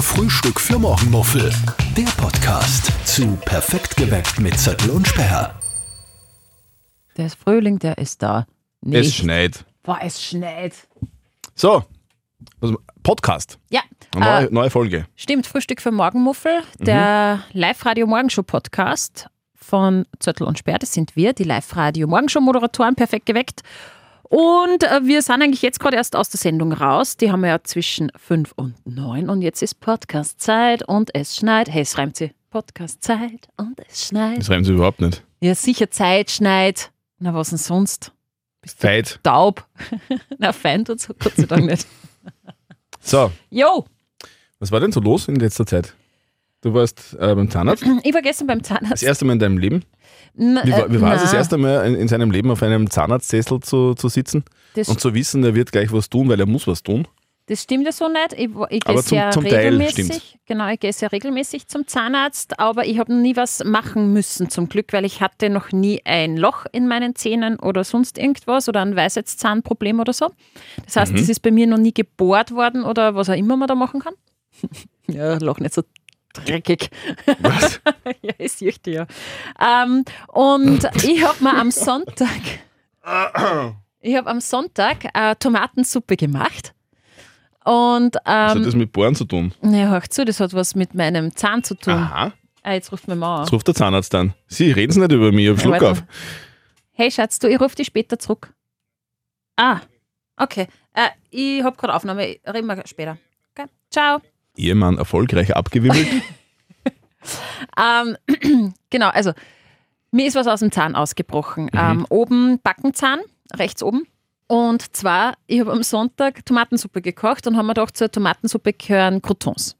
Frühstück für Morgenmuffel. Der Podcast zu Perfekt geweckt mit Zettel und Sperr. Der ist Frühling, der ist da. Es Nicht. schneit. Boah, es schneit. So, also Podcast. Ja, Eine äh, neue, neue Folge. stimmt. Frühstück für Morgenmuffel, der Live-Radio-Morgenshow-Podcast von Zöttl und Sperr. Das sind wir, die Live-Radio-Morgenshow-Moderatoren, perfekt geweckt. Und äh, wir sind eigentlich jetzt gerade erst aus der Sendung raus. Die haben wir ja zwischen 5 und 9. Und jetzt ist Podcast-Zeit und es schneit. Hey, es reimt sie. Podcast-Zeit und es schneit. Das reimt sich überhaupt nicht. Ja, sicher Zeit schneit. Na, was denn sonst? Bist du Zeit. taub? Na, fein tut's Gott sei Dank nicht. So, Jo! was war denn so los in letzter Zeit? Du warst äh, beim Zahnarzt, Ich war gestern beim das Zahnarzt. erste Mal in deinem Leben. Na, Wie war, wie war Äh, na, es das erste Mal in, in seinem Leben auf einem Zahnarztsessel zu, zu sitzen Das, und zu wissen, er wird gleich was tun, weil er muss was tun? das stimmt ja so nicht. Ich, ich gehe Aber zum- sehr zum Teil stimmt's. regelmäßig. Genau, ich gehe sehr regelmäßig zum Zahnarzt, aber ich habe nie was machen müssen zum Glück, weil ich hatte noch nie ein Loch in meinen Zähnen oder sonst irgendwas oder ein Weisheitszahnproblem oder so. Das Mhm. heißt, es ist bei mir noch nie gebohrt worden oder was auch immer man da machen kann. ja, Loch nicht so dreckig. Was? ja, es juckt ja. Ähm, und ich habe mir am Sonntag, ich habe am Sonntag äh, Tomatensuppe gemacht. Und, Was hat ähm, Also das mit Bohren zu tun? ne, hör zu, das hat was mit meinem Zahn zu tun. Aha. Ah, jetzt ruft mir mal an. Jetzt ruft der Zahnarzt an. Sie reden nicht über mich, ich hab Schluck Warte. auf. Hey, Schatz, du, ich rufe dich später zurück. Ah, okay. Äh, ich habe gerade Aufnahme, reden wir später. Okay. Ciao. Ehemann erfolgreich abgewimmelt. Ähm, genau, also mir ist was aus dem Zahn ausgebrochen. Ähm, oben Backenzahn, rechts oben. Und zwar, ich habe am Sonntag Tomatensuppe gekocht und haben mir gedacht, zur Tomatensuppe gehören Croutons.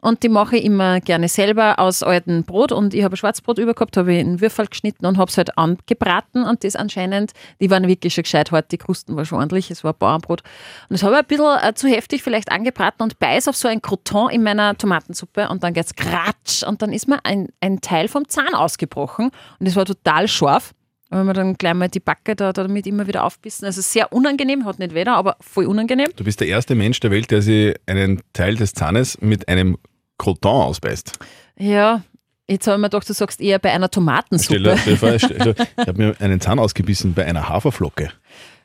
Und die mache ich immer gerne selber aus altem Brot. Und ich habe Schwarzbrot übergehabt, habe ich in Würfel geschnitten und habe es halt angebraten. Und das anscheinend, die waren wirklich schon gescheit hart, die Krusten waren schon ordentlich, es war Bauernbrot. Und das habe ich ein bisschen äh, zu heftig vielleicht angebraten und beiß auf so ein Crouton in meiner Tomatensuppe und dann geht's kratsch. Und dann ist mir ein, ein Teil vom Zahn ausgebrochen und es war total scharf. Wenn man dann gleich mal die Backe da damit immer wieder aufbissen. Also sehr unangenehm, hat nicht weder, aber voll unangenehm. Du bist der erste Mensch der Welt, der sich einen Teil des Zahnes mit einem Croton ausbeißt. Ja, jetzt habe ich mir gedacht, du sagst eher bei einer Stell dir, Tomatensuppe. stell dir vor, stell, stell, ich habe mir einen Zahn ausgebissen bei einer Haferflocke.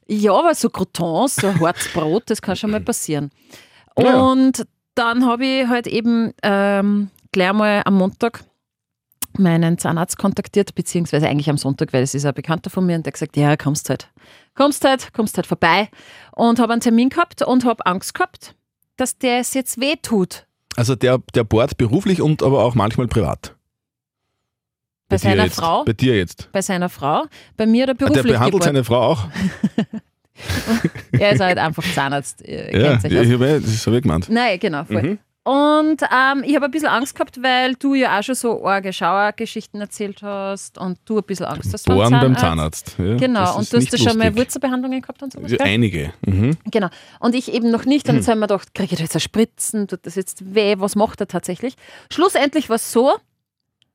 Ja, aber so Croutons, so ein hartes Brot, das kann schon mal passieren. Ja. Und dann habe ich halt eben ähm, gleich mal am Montag meinen Zahnarzt kontaktiert, beziehungsweise eigentlich am Sonntag, weil es ist ein Bekannter von mir und der hat gesagt, ja, kommst halt, kommst halt, kommst halt vorbei. Und habe einen Termin gehabt und habe Angst gehabt, dass der es jetzt wehtut Also der, der bohrt beruflich und aber auch manchmal privat. bei, dir seiner jetzt. Frau. Bei dir jetzt. Ah, Bei seiner Frau, bei mir der Der beruflich geboren. behandelt seine Frau auch. Er ist halt einfach Zahnarzt, äh, Ja, kennt sich aus. ich habe, das habe ich gemeint. Nein, genau, voll. Mhm. Und ähm, ich habe ein bisschen Angst gehabt, weil du ja auch schon so arge Schauergeschichten erzählt hast und du ein bisschen Angst hast. vom Bohren beim Zahnarzt. Ja, das Genau, und ist du hast nicht ja schon mal lustig. Wurzelbehandlungen gehabt und sowas. Ja, Mhm. gell? Einige. Mhm. Genau. Und ich eben noch nicht. Und jetzt haben wir gedacht, kriege ich da jetzt ein Spritzen? Tut das jetzt weh? Was macht er tatsächlich? Schlussendlich war es so,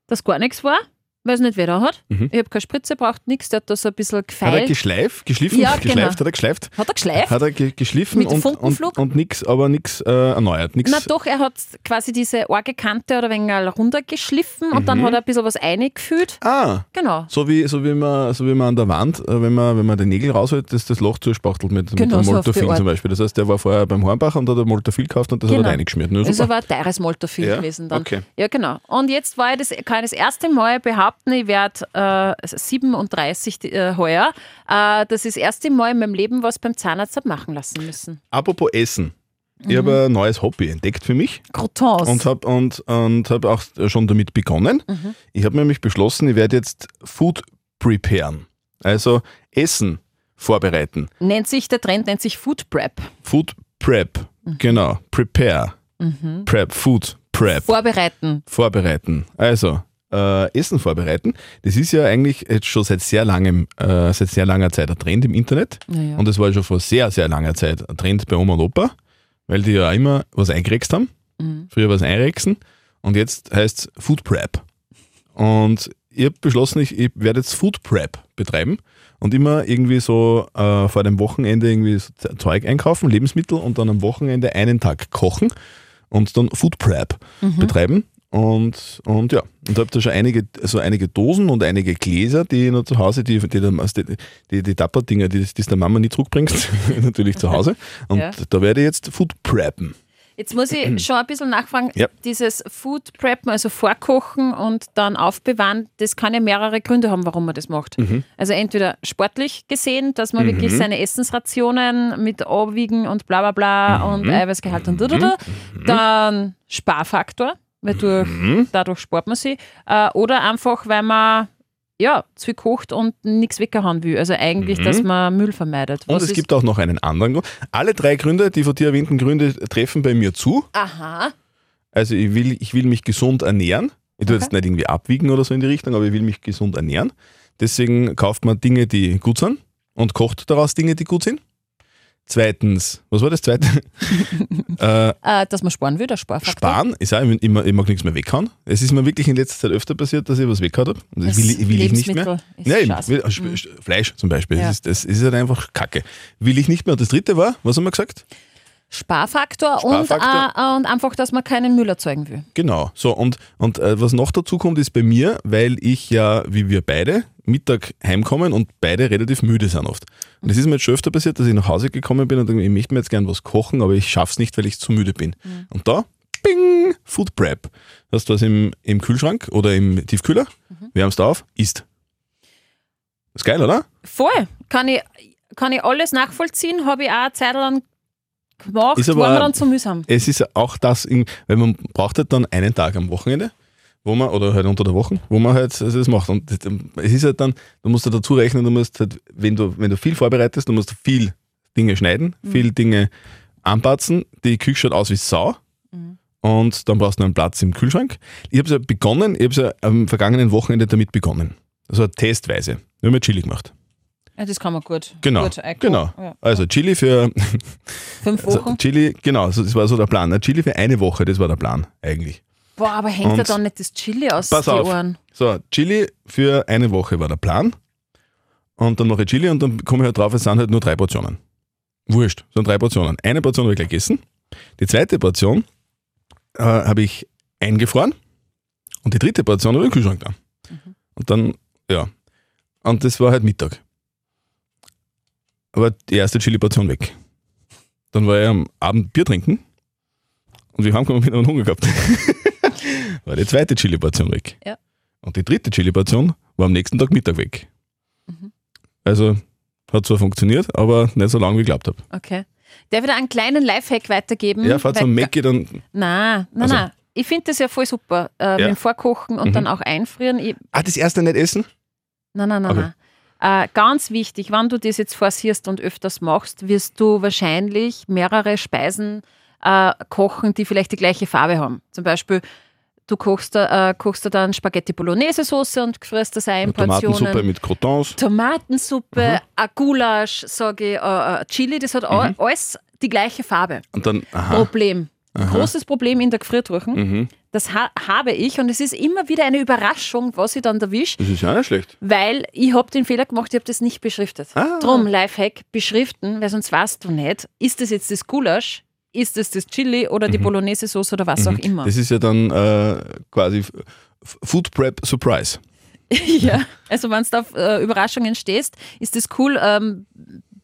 dass gar nichts war, weil es nicht weh da hat. Mhm. Ich habe keine Spritze braucht nichts. Der hat das ein bisschen Hat er gefeilt. geschleift, geschliffen, Ja, geschleift, genau. hat er geschleift, Hat er geschleift? hat er ge geschliffen Mit und, und, Funkenflug? und nix, aber nix äh, erneuert. Nix. Na doch, er hat quasi diese arge Kante oder ein wenig runtergeschliffen und Mhm. dann hat er ein bisschen was eingefühlt. ah, Genau. so wie, so, wie man, so wie man an der Wand, äh, wenn man, wenn man den Nägel raushält, das, das Loch zuspachtelt mit, Genau, mit so einem auf die Moltofil Art. zum Beispiel. Das heißt, der war vorher beim Hornbach und hat ein Moltofil gekauft und das hat Genau. er reingeschmiert. Na, Also super. war ein teures Moltofil Ja, gewesen dann. okay. Ja, genau. Und jetzt war ich das, kann ich das erste Mal behaupten, ich werde äh, 37 äh, heuer. Äh, das ist das erste Mal in meinem Leben, was ich beim Zahnarzt hab machen lassen müssen. Apropos Essen. Mhm. Ich habe ein neues Hobby entdeckt für mich Croutons. und habe und, und hab auch schon damit begonnen. Mhm. Ich habe nämlich beschlossen, ich werde jetzt Food preparen. Also Essen vorbereiten. nennt sich, der Trend nennt sich Food Prep. Food Prep. Mhm. Genau. Prepare. Prep. Food Prep. Vorbereiten. vorbereiten. Also, äh, Essen vorbereiten. Das ist ja eigentlich jetzt schon seit sehr langem, äh, seit sehr langer Zeit ein Trend im Internet. Naja. Und es war schon vor sehr, sehr langer Zeit ein Trend bei Oma und Opa, weil die ja immer was eingerext haben. Früher war es Einrexen und jetzt heißt es Food Prep. Und ich habe beschlossen, ich, ich werde jetzt Food Prep betreiben und immer irgendwie so äh, vor dem Wochenende irgendwie so Zeug einkaufen, Lebensmittel und dann am Wochenende einen Tag kochen und dann Food Prep Mhm. betreiben. Und, und ja, und habe da schon einige, also einige Dosen und einige Gläser, die ich noch zu Hause, die die, die, die, die Dapper-Dinger, die es der Mama nie zurückbringst, natürlich zu Hause. Und Ja. da werde ich jetzt Food Preppen. Jetzt muss ich schon ein bisschen nachfragen. Ja. Dieses Food Preppen, also vorkochen und dann aufbewahren, das kann ja mehrere Gründe haben, warum man das macht. Mhm. Also entweder sportlich gesehen, dass man wirklich seine Essensrationen mit Abwiegen und bla bla bla Mhm. und Eiweißgehalt und und und. Dann Sparfaktor, weil durch, Mhm. dadurch spart man sie. Äh, oder einfach, weil man ja, zu viel kocht und nichts weggehauen will. Also eigentlich, dass man Müll vermeidet. Mhm. Und Was es ist- gibt auch noch einen anderen Grund. Alle drei Gründe, die von dir erwähnten Gründe, treffen bei mir zu. Aha. Also ich will, ich will mich gesund ernähren. Ich tue jetzt nicht irgendwie abwiegen oder so in die Richtung, aber ich will mich gesund ernähren. Deswegen kauft man Dinge, die gut sind und kocht daraus Dinge, die gut sind. Zweitens, was war das zweite? äh, Äh, dass man sparen will, der Sparfaktor. sparen. Ich, sag, ich, ich, mag- ich mag nichts mehr weghauen. Es ist mir wirklich in letzter Zeit öfter passiert, dass ich was weggehauen habe. Und das Das will, ich- will ich nicht mehr. Lebensmittel ist Nein, scheiße. will- Sp- Sp- Fleisch zum Beispiel. Ja. Das, ist, das ist halt einfach Kacke. Will ich nicht mehr. Und das dritte war, was haben wir gesagt? Sparfaktor, Sparfaktor. Und, äh, und einfach, dass man keinen Müll erzeugen will. Genau. So, und, und äh, was noch dazu kommt, ist bei mir, weil ich ja, wie wir beide, Mittag heimkommen und beide relativ müde sind oft. Und es ist mir jetzt schon öfter passiert, dass ich nach Hause gekommen bin und denke, ich möchte mir jetzt gern was kochen, aber ich schaff's nicht, weil ich zu müde bin. Und da, bing, Food Prep. Hast du was im, im Kühlschrank oder im Tiefkühler, wärmst auf, isst. Ist geil, oder? Voll. Kann ich, kann ich alles nachvollziehen, habe ich auch eine Zeit lang gemacht, Ist war aber- mir dann zu mühsam. Es ist auch das, in- weil man braucht halt dann einen Tag am Wochenende, wo man, oder halt unter der Woche, wo man halt das macht. Und das- es ist halt dann, du musst halt dazu rechnen, du musst halt, wenn du, wenn du viel vorbereitest, du musst viel Dinge schneiden, Mhm. viel Dinge anpatzen. Die Küche schaut aus wie Sau. Mhm. Und dann brauchst du noch einen Platz im Kühlschrank. Ich habe es ja begonnen, ich habe es ja am vergangenen Wochenende damit begonnen. Also testweise. Wir haben ja Chili gemacht. Ja, das kann man gut. Genau. gut einkochen. genau. Ja. Also Chili für Fünf also Wochen. Chili, genau, so- das war so der Plan. Ein Chili für eine Woche, das war der Plan eigentlich. Boah, aber hängt ja und- dann nicht das Chili aus Pass den auf. Ohren. So, Chili für eine Woche war der Plan. Und dann mache ich Chili und dann komme ich halt drauf, es sind halt nur drei Portionen. Wurscht, es sind drei Portionen. Eine Portion habe ich gleich gegessen. Die zweite Portion äh, habe ich eingefroren. Und die dritte Portion habe ich im Kühlschrank da. Und dann, ja. Und das war halt Mittag. Aber die erste Chili-Portion weg. Dann war ich am Abend Bier trinken. Und wir haben wieder einen Hunger gehabt. war die zweite Chili-Portion weg. Ja. Und die dritte Chili-Portion war am nächsten Tag Mittag weg. Mhm. Also hat zwar funktioniert, aber nicht so lange wie ich geglaubt habe. Okay. Darf ich da einen kleinen Lifehack weitergeben? Ja, falls Weil- man Mackie dann. Nein, nein, Also- Mhm. nein. Ich finde das ja voll super, äh, mit dem Vorkochen und dann auch einfrieren. Ich, Ah, das erste nicht essen? Nein, nein, nein, Okay. nein. Äh, ganz wichtig, wenn du das jetzt forcierst und öfters machst, wirst du wahrscheinlich mehrere Speisen äh, kochen, die vielleicht die gleiche Farbe haben. Zum Beispiel, du kochst da, äh, kochst da dann Spaghetti Bolognese Soße und frisst das ein in Tomatensuppe Portionen. mit Mhm. Crotons. Tomatensuppe, ein Gulasch, sage ich, äh, äh, Chili, das hat all- alles die gleiche Farbe. Und dann, Mhm. aha. Mhm. Problem. Großes Problem in der Gefriertruchen. Das ha habe ich und es ist immer wieder eine Überraschung, was ich dann erwische Das ist ja auch nicht schlecht. weil ich habe den Fehler gemacht, ich habe das nicht beschriftet. Ah. Drum, Lifehack, beschriften, weil sonst weißt du nicht, ist das jetzt das Gulasch, ist das das Chili oder die Bolognese-Sauce oder was auch immer. Mhm. Das ist ja dann äh, quasi F- F- Food Prep Surprise. ja. Also wenn du auf äh, Überraschungen stehst, ist das cool. Ähm,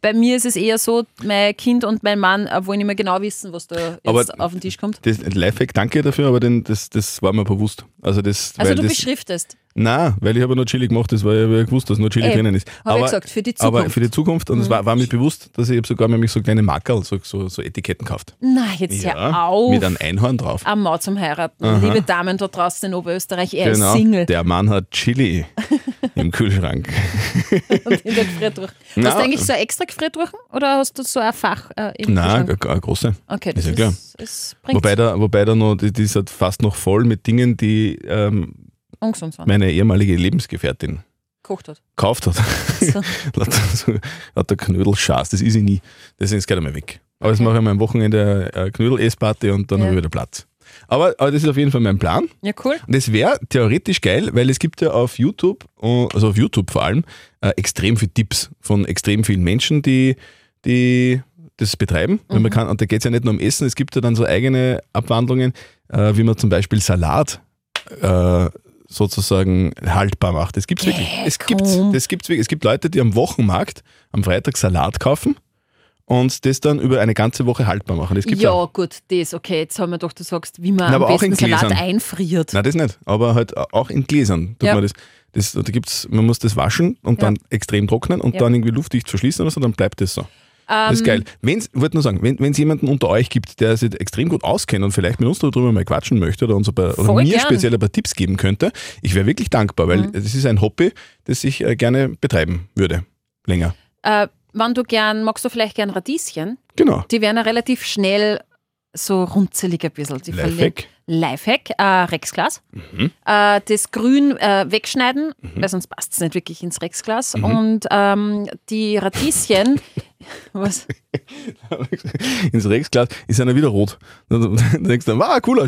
bei mir ist es eher so, mein Kind und mein Mann äh, wollen immer genau wissen, was da jetzt Aber- auf den Tisch kommt. Das, äh, Lifehack, danke dafür, aber den, das, das war mir bewusst. Also, das, Also weil du das, beschriftest. Nein, weil ich habe ja nur Chili gemacht, das war ja, weil ich gewusst, dass nur Chili Eben, drinnen ist. Äh, hab ich gesagt, für die Aber Zukunft. Mhm. für die Zukunft, und es war, war mir bewusst, dass ich hab sogar nämlich so kleine Makerl, so, so, so Etiketten gekauft. Na, jetzt hör auf. Ah, Mit einem Einhorn drauf. Am Mord zum Heiraten. Liebe Damen da draußen in Oberösterreich, er genau. ist Single. Der Mann hat Chili im Kühlschrank. in der Gefriertruhe. Na. Hast du eigentlich so eine extra Gefriertruhe oder hast du so ein Fach äh, im Nein, Kühlschrank? g- g- eine große. Okay, ist das ja klar. ist, es bringt Wobei da, wobei da noch, die, die ist halt fast noch voll mit Dingen, die ähm, ungesund sein. meine ehemalige Lebensgefährtin Gekocht hat. gekauft hat. So. Lauter so, lauter Knödelschaß, das ist ich nie. Deswegen ist es mal weg. Aber jetzt mache ich mal am Wochenende eine Knödel-Essparty und dann Ja. habe ich wieder Platz. Aber, aber das ist auf jeden Fall mein Plan. Ja, cool. Und das wäre theoretisch geil, weil es gibt ja auf YouTube, äh, also auf YouTube vor allem, äh, extrem viele Tipps von extrem vielen Menschen, die, die das betreiben. Weil Mhm. man kann, und da geht es ja nicht nur um Essen, es gibt ja dann so eigene Abwandlungen, äh, wie man zum Beispiel Salat äh, sozusagen haltbar macht. Das gibt's wirklich. Es gibt's, komm. das gibt's wirklich. Es gibt Leute, die am Wochenmarkt am Freitag Salat kaufen und das dann über eine ganze Woche haltbar machen. Das gibt's auch. Ja, gut, das, okay. Jetzt haben wir doch, du sagst, wie man Na, am aber auch besten in Gläsern. Salat einfriert. Nein, das nicht. Aber halt auch in Gläsern tut Ja. man das. das da gibt's, man muss das waschen und Ja. dann extrem trocknen und Ja. Ähm, dann irgendwie luftdicht verschließen oder so, dann bleibt das so. das ist geil. Wenn's, ich wollte nur sagen, wenn es jemanden unter euch gibt, der sich extrem gut auskennt und vielleicht mit uns darüber mal quatschen möchte oder, uns ein paar, oder Voll mir gern. Mhm. speziell ein paar Tipps geben könnte, ich wäre wirklich dankbar, weil es ist ein Hobby, das ich äh, gerne betreiben würde. Länger. Äh, wenn du gern, magst du vielleicht gern Radieschen? Genau. Die werden ja relativ schnell so runzelig ein bisschen. Die verlieren- Lifehack. Mhm. Lifehack, äh, Rexglas. Äh, das Grün äh, wegschneiden, weil sonst passt es nicht wirklich ins Rexglas. Mhm. Und ähm, die Radieschen, was? Ins Rexglas ist einer wieder rot. Dann denkst du, wow, cooler,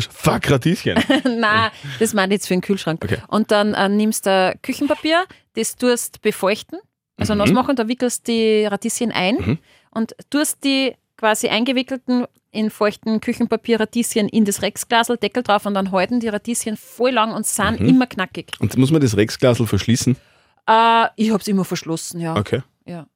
fuck, Radieschen. Na, das meine ich jetzt für den Kühlschrank. Okay. Und dann äh, nimmst du Küchenpapier, das tust befeuchten, also Mhm. nass machen, da wickelst die Radieschen ein und tust die quasi eingewickelten in feuchten Küchenpapier Radieschen in das Rexglasel, Deckel drauf und dann halten die Radieschen voll lang und sind Mhm. immer knackig. Und muss man das Rexglasl verschließen? Äh, ich habe es immer verschlossen, ja. Okay. ja.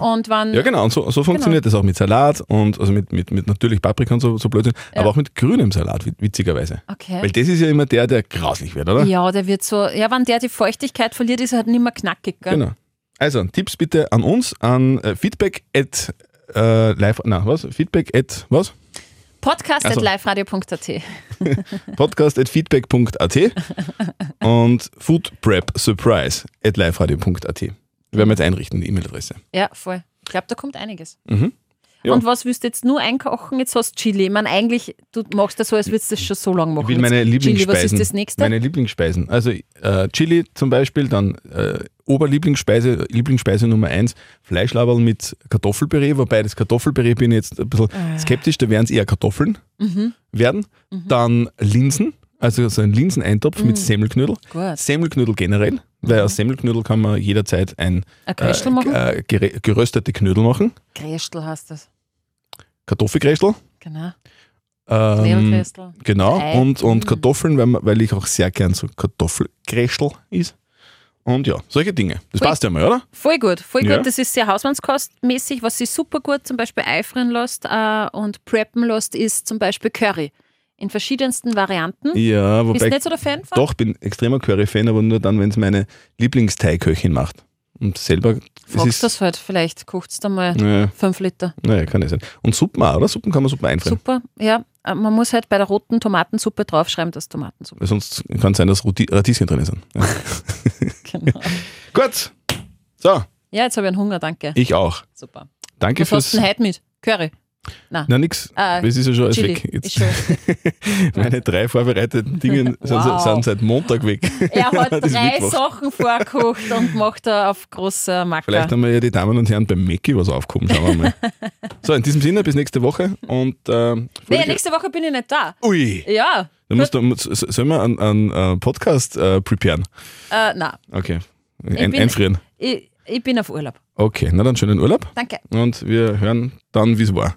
Und wenn, Ja, genau. Und so, so funktioniert das auch mit Salat und also mit, mit, mit natürlich Paprika und so, so Blödsinn, aber auch mit grünem Salat, wit- witzigerweise. Okay. Weil das ist ja immer der, der grauslich wird, oder? ja, der wird so, ja, wenn der die Feuchtigkeit verliert, ist er halt nicht mehr knackig, gell? Genau. Also, Tipps bitte an uns, an äh, feedback at äh, live, na, was? Feedback at, was? Podcast Also- at liveradio.at. Podcast at feedback.at und Food Prep Surprise at liveradio.at. Wir werden jetzt einrichten, die E-Mail-Adresse. Ja, voll. Ich glaube, da kommt einiges. Mhm. Ja. Und was willst du jetzt nur einkochen? Jetzt hast du Chili. Ich meine, eigentlich, du machst das so, als würdest du das schon so lange machen. Ich will meine Jetzt Chili, Lieblingsspeisen. was ist das nächste? Meine Lieblingsspeisen. Also äh, Chili zum Beispiel, dann äh, Oberlieblingsspeise, Lieblingsspeise Nummer eins Fleischlaberl mit Kartoffelpüree, wobei das Kartoffelpüree bin ich jetzt ein bisschen Ah. skeptisch, da werden es eher Kartoffeln Mhm. werden. Dann Linsen, also so ein Linseneintopf Mhm. mit Semmelknödel. Gut. Semmelknödel generell, weil aus Semmelknödel kann man jederzeit ein Ein Köstel Mhm. machen? äh, gerä- geröstete Knödel machen. Krästl heißt das. Kartoffelkräschel. Genau. Ähm, Leberkrästl. Genau, Ei. und, und Kartoffeln, weil, man- weil ich auch sehr gern so Kartoffelkräschel is. Und ja, solche Dinge. Das Ui. passt ja mal, oder? Voll gut, voll Ja. gut. Das ist sehr hausmannskostmäßig. Was sich super gut zum Beispiel eifrieren lässt äh, und preppen lässt, ist zum Beispiel Curry. In verschiedensten Varianten. Ja, Bist du wobei nicht ich so der Fan von? doch bin extremer Curry-Fan, aber nur dann, wenn es meine Lieblingsteigköchin macht. Und selber. Fragst ist, das halt, vielleicht kochst du mal Naja, fünf Liter. naja, kann nicht sein. Und Suppen auch, oder? Suppen kann man Suppen einfrieren. Super, ja. Äh, Man muss halt bei der roten Tomatensuppe draufschreiben, dass Tomatensuppe. Weil sonst kann es sein, dass Ruti- Radieschen drin sind. Ja. ist. Genau. Gut. So, Ja, jetzt habe ich einen Hunger, danke. ich auch. Super. Danke Was hast fürs. du denn heute mit? Curry. Na, nix. Ah, das ist ja schon alles Chili. weg. Ist Jetzt, schon. meine drei vorbereiteten Dinge Wow. sind, sind seit Montag weg. Er hat Das ist drei Mittwoch. Sachen vorgekocht und macht da auf großer Vielleicht Macker. haben wir ja die Damen und Herren beim Mäcki was aufgehoben. Schauen wir mal. so, in diesem Sinne, bis nächste Woche. Und ähm, Nee, nächste Woche bin ich nicht da. Ui! Ja, Da musst du, muss- sollen wir einen, einen, äh, Podcast äh, preparen? äh, na, Okay. Ein, bin- einfrieren. ich, ich bin auf Urlaub. Okay, na dann schönen Urlaub. Danke. Und wir hören dann, wie es war.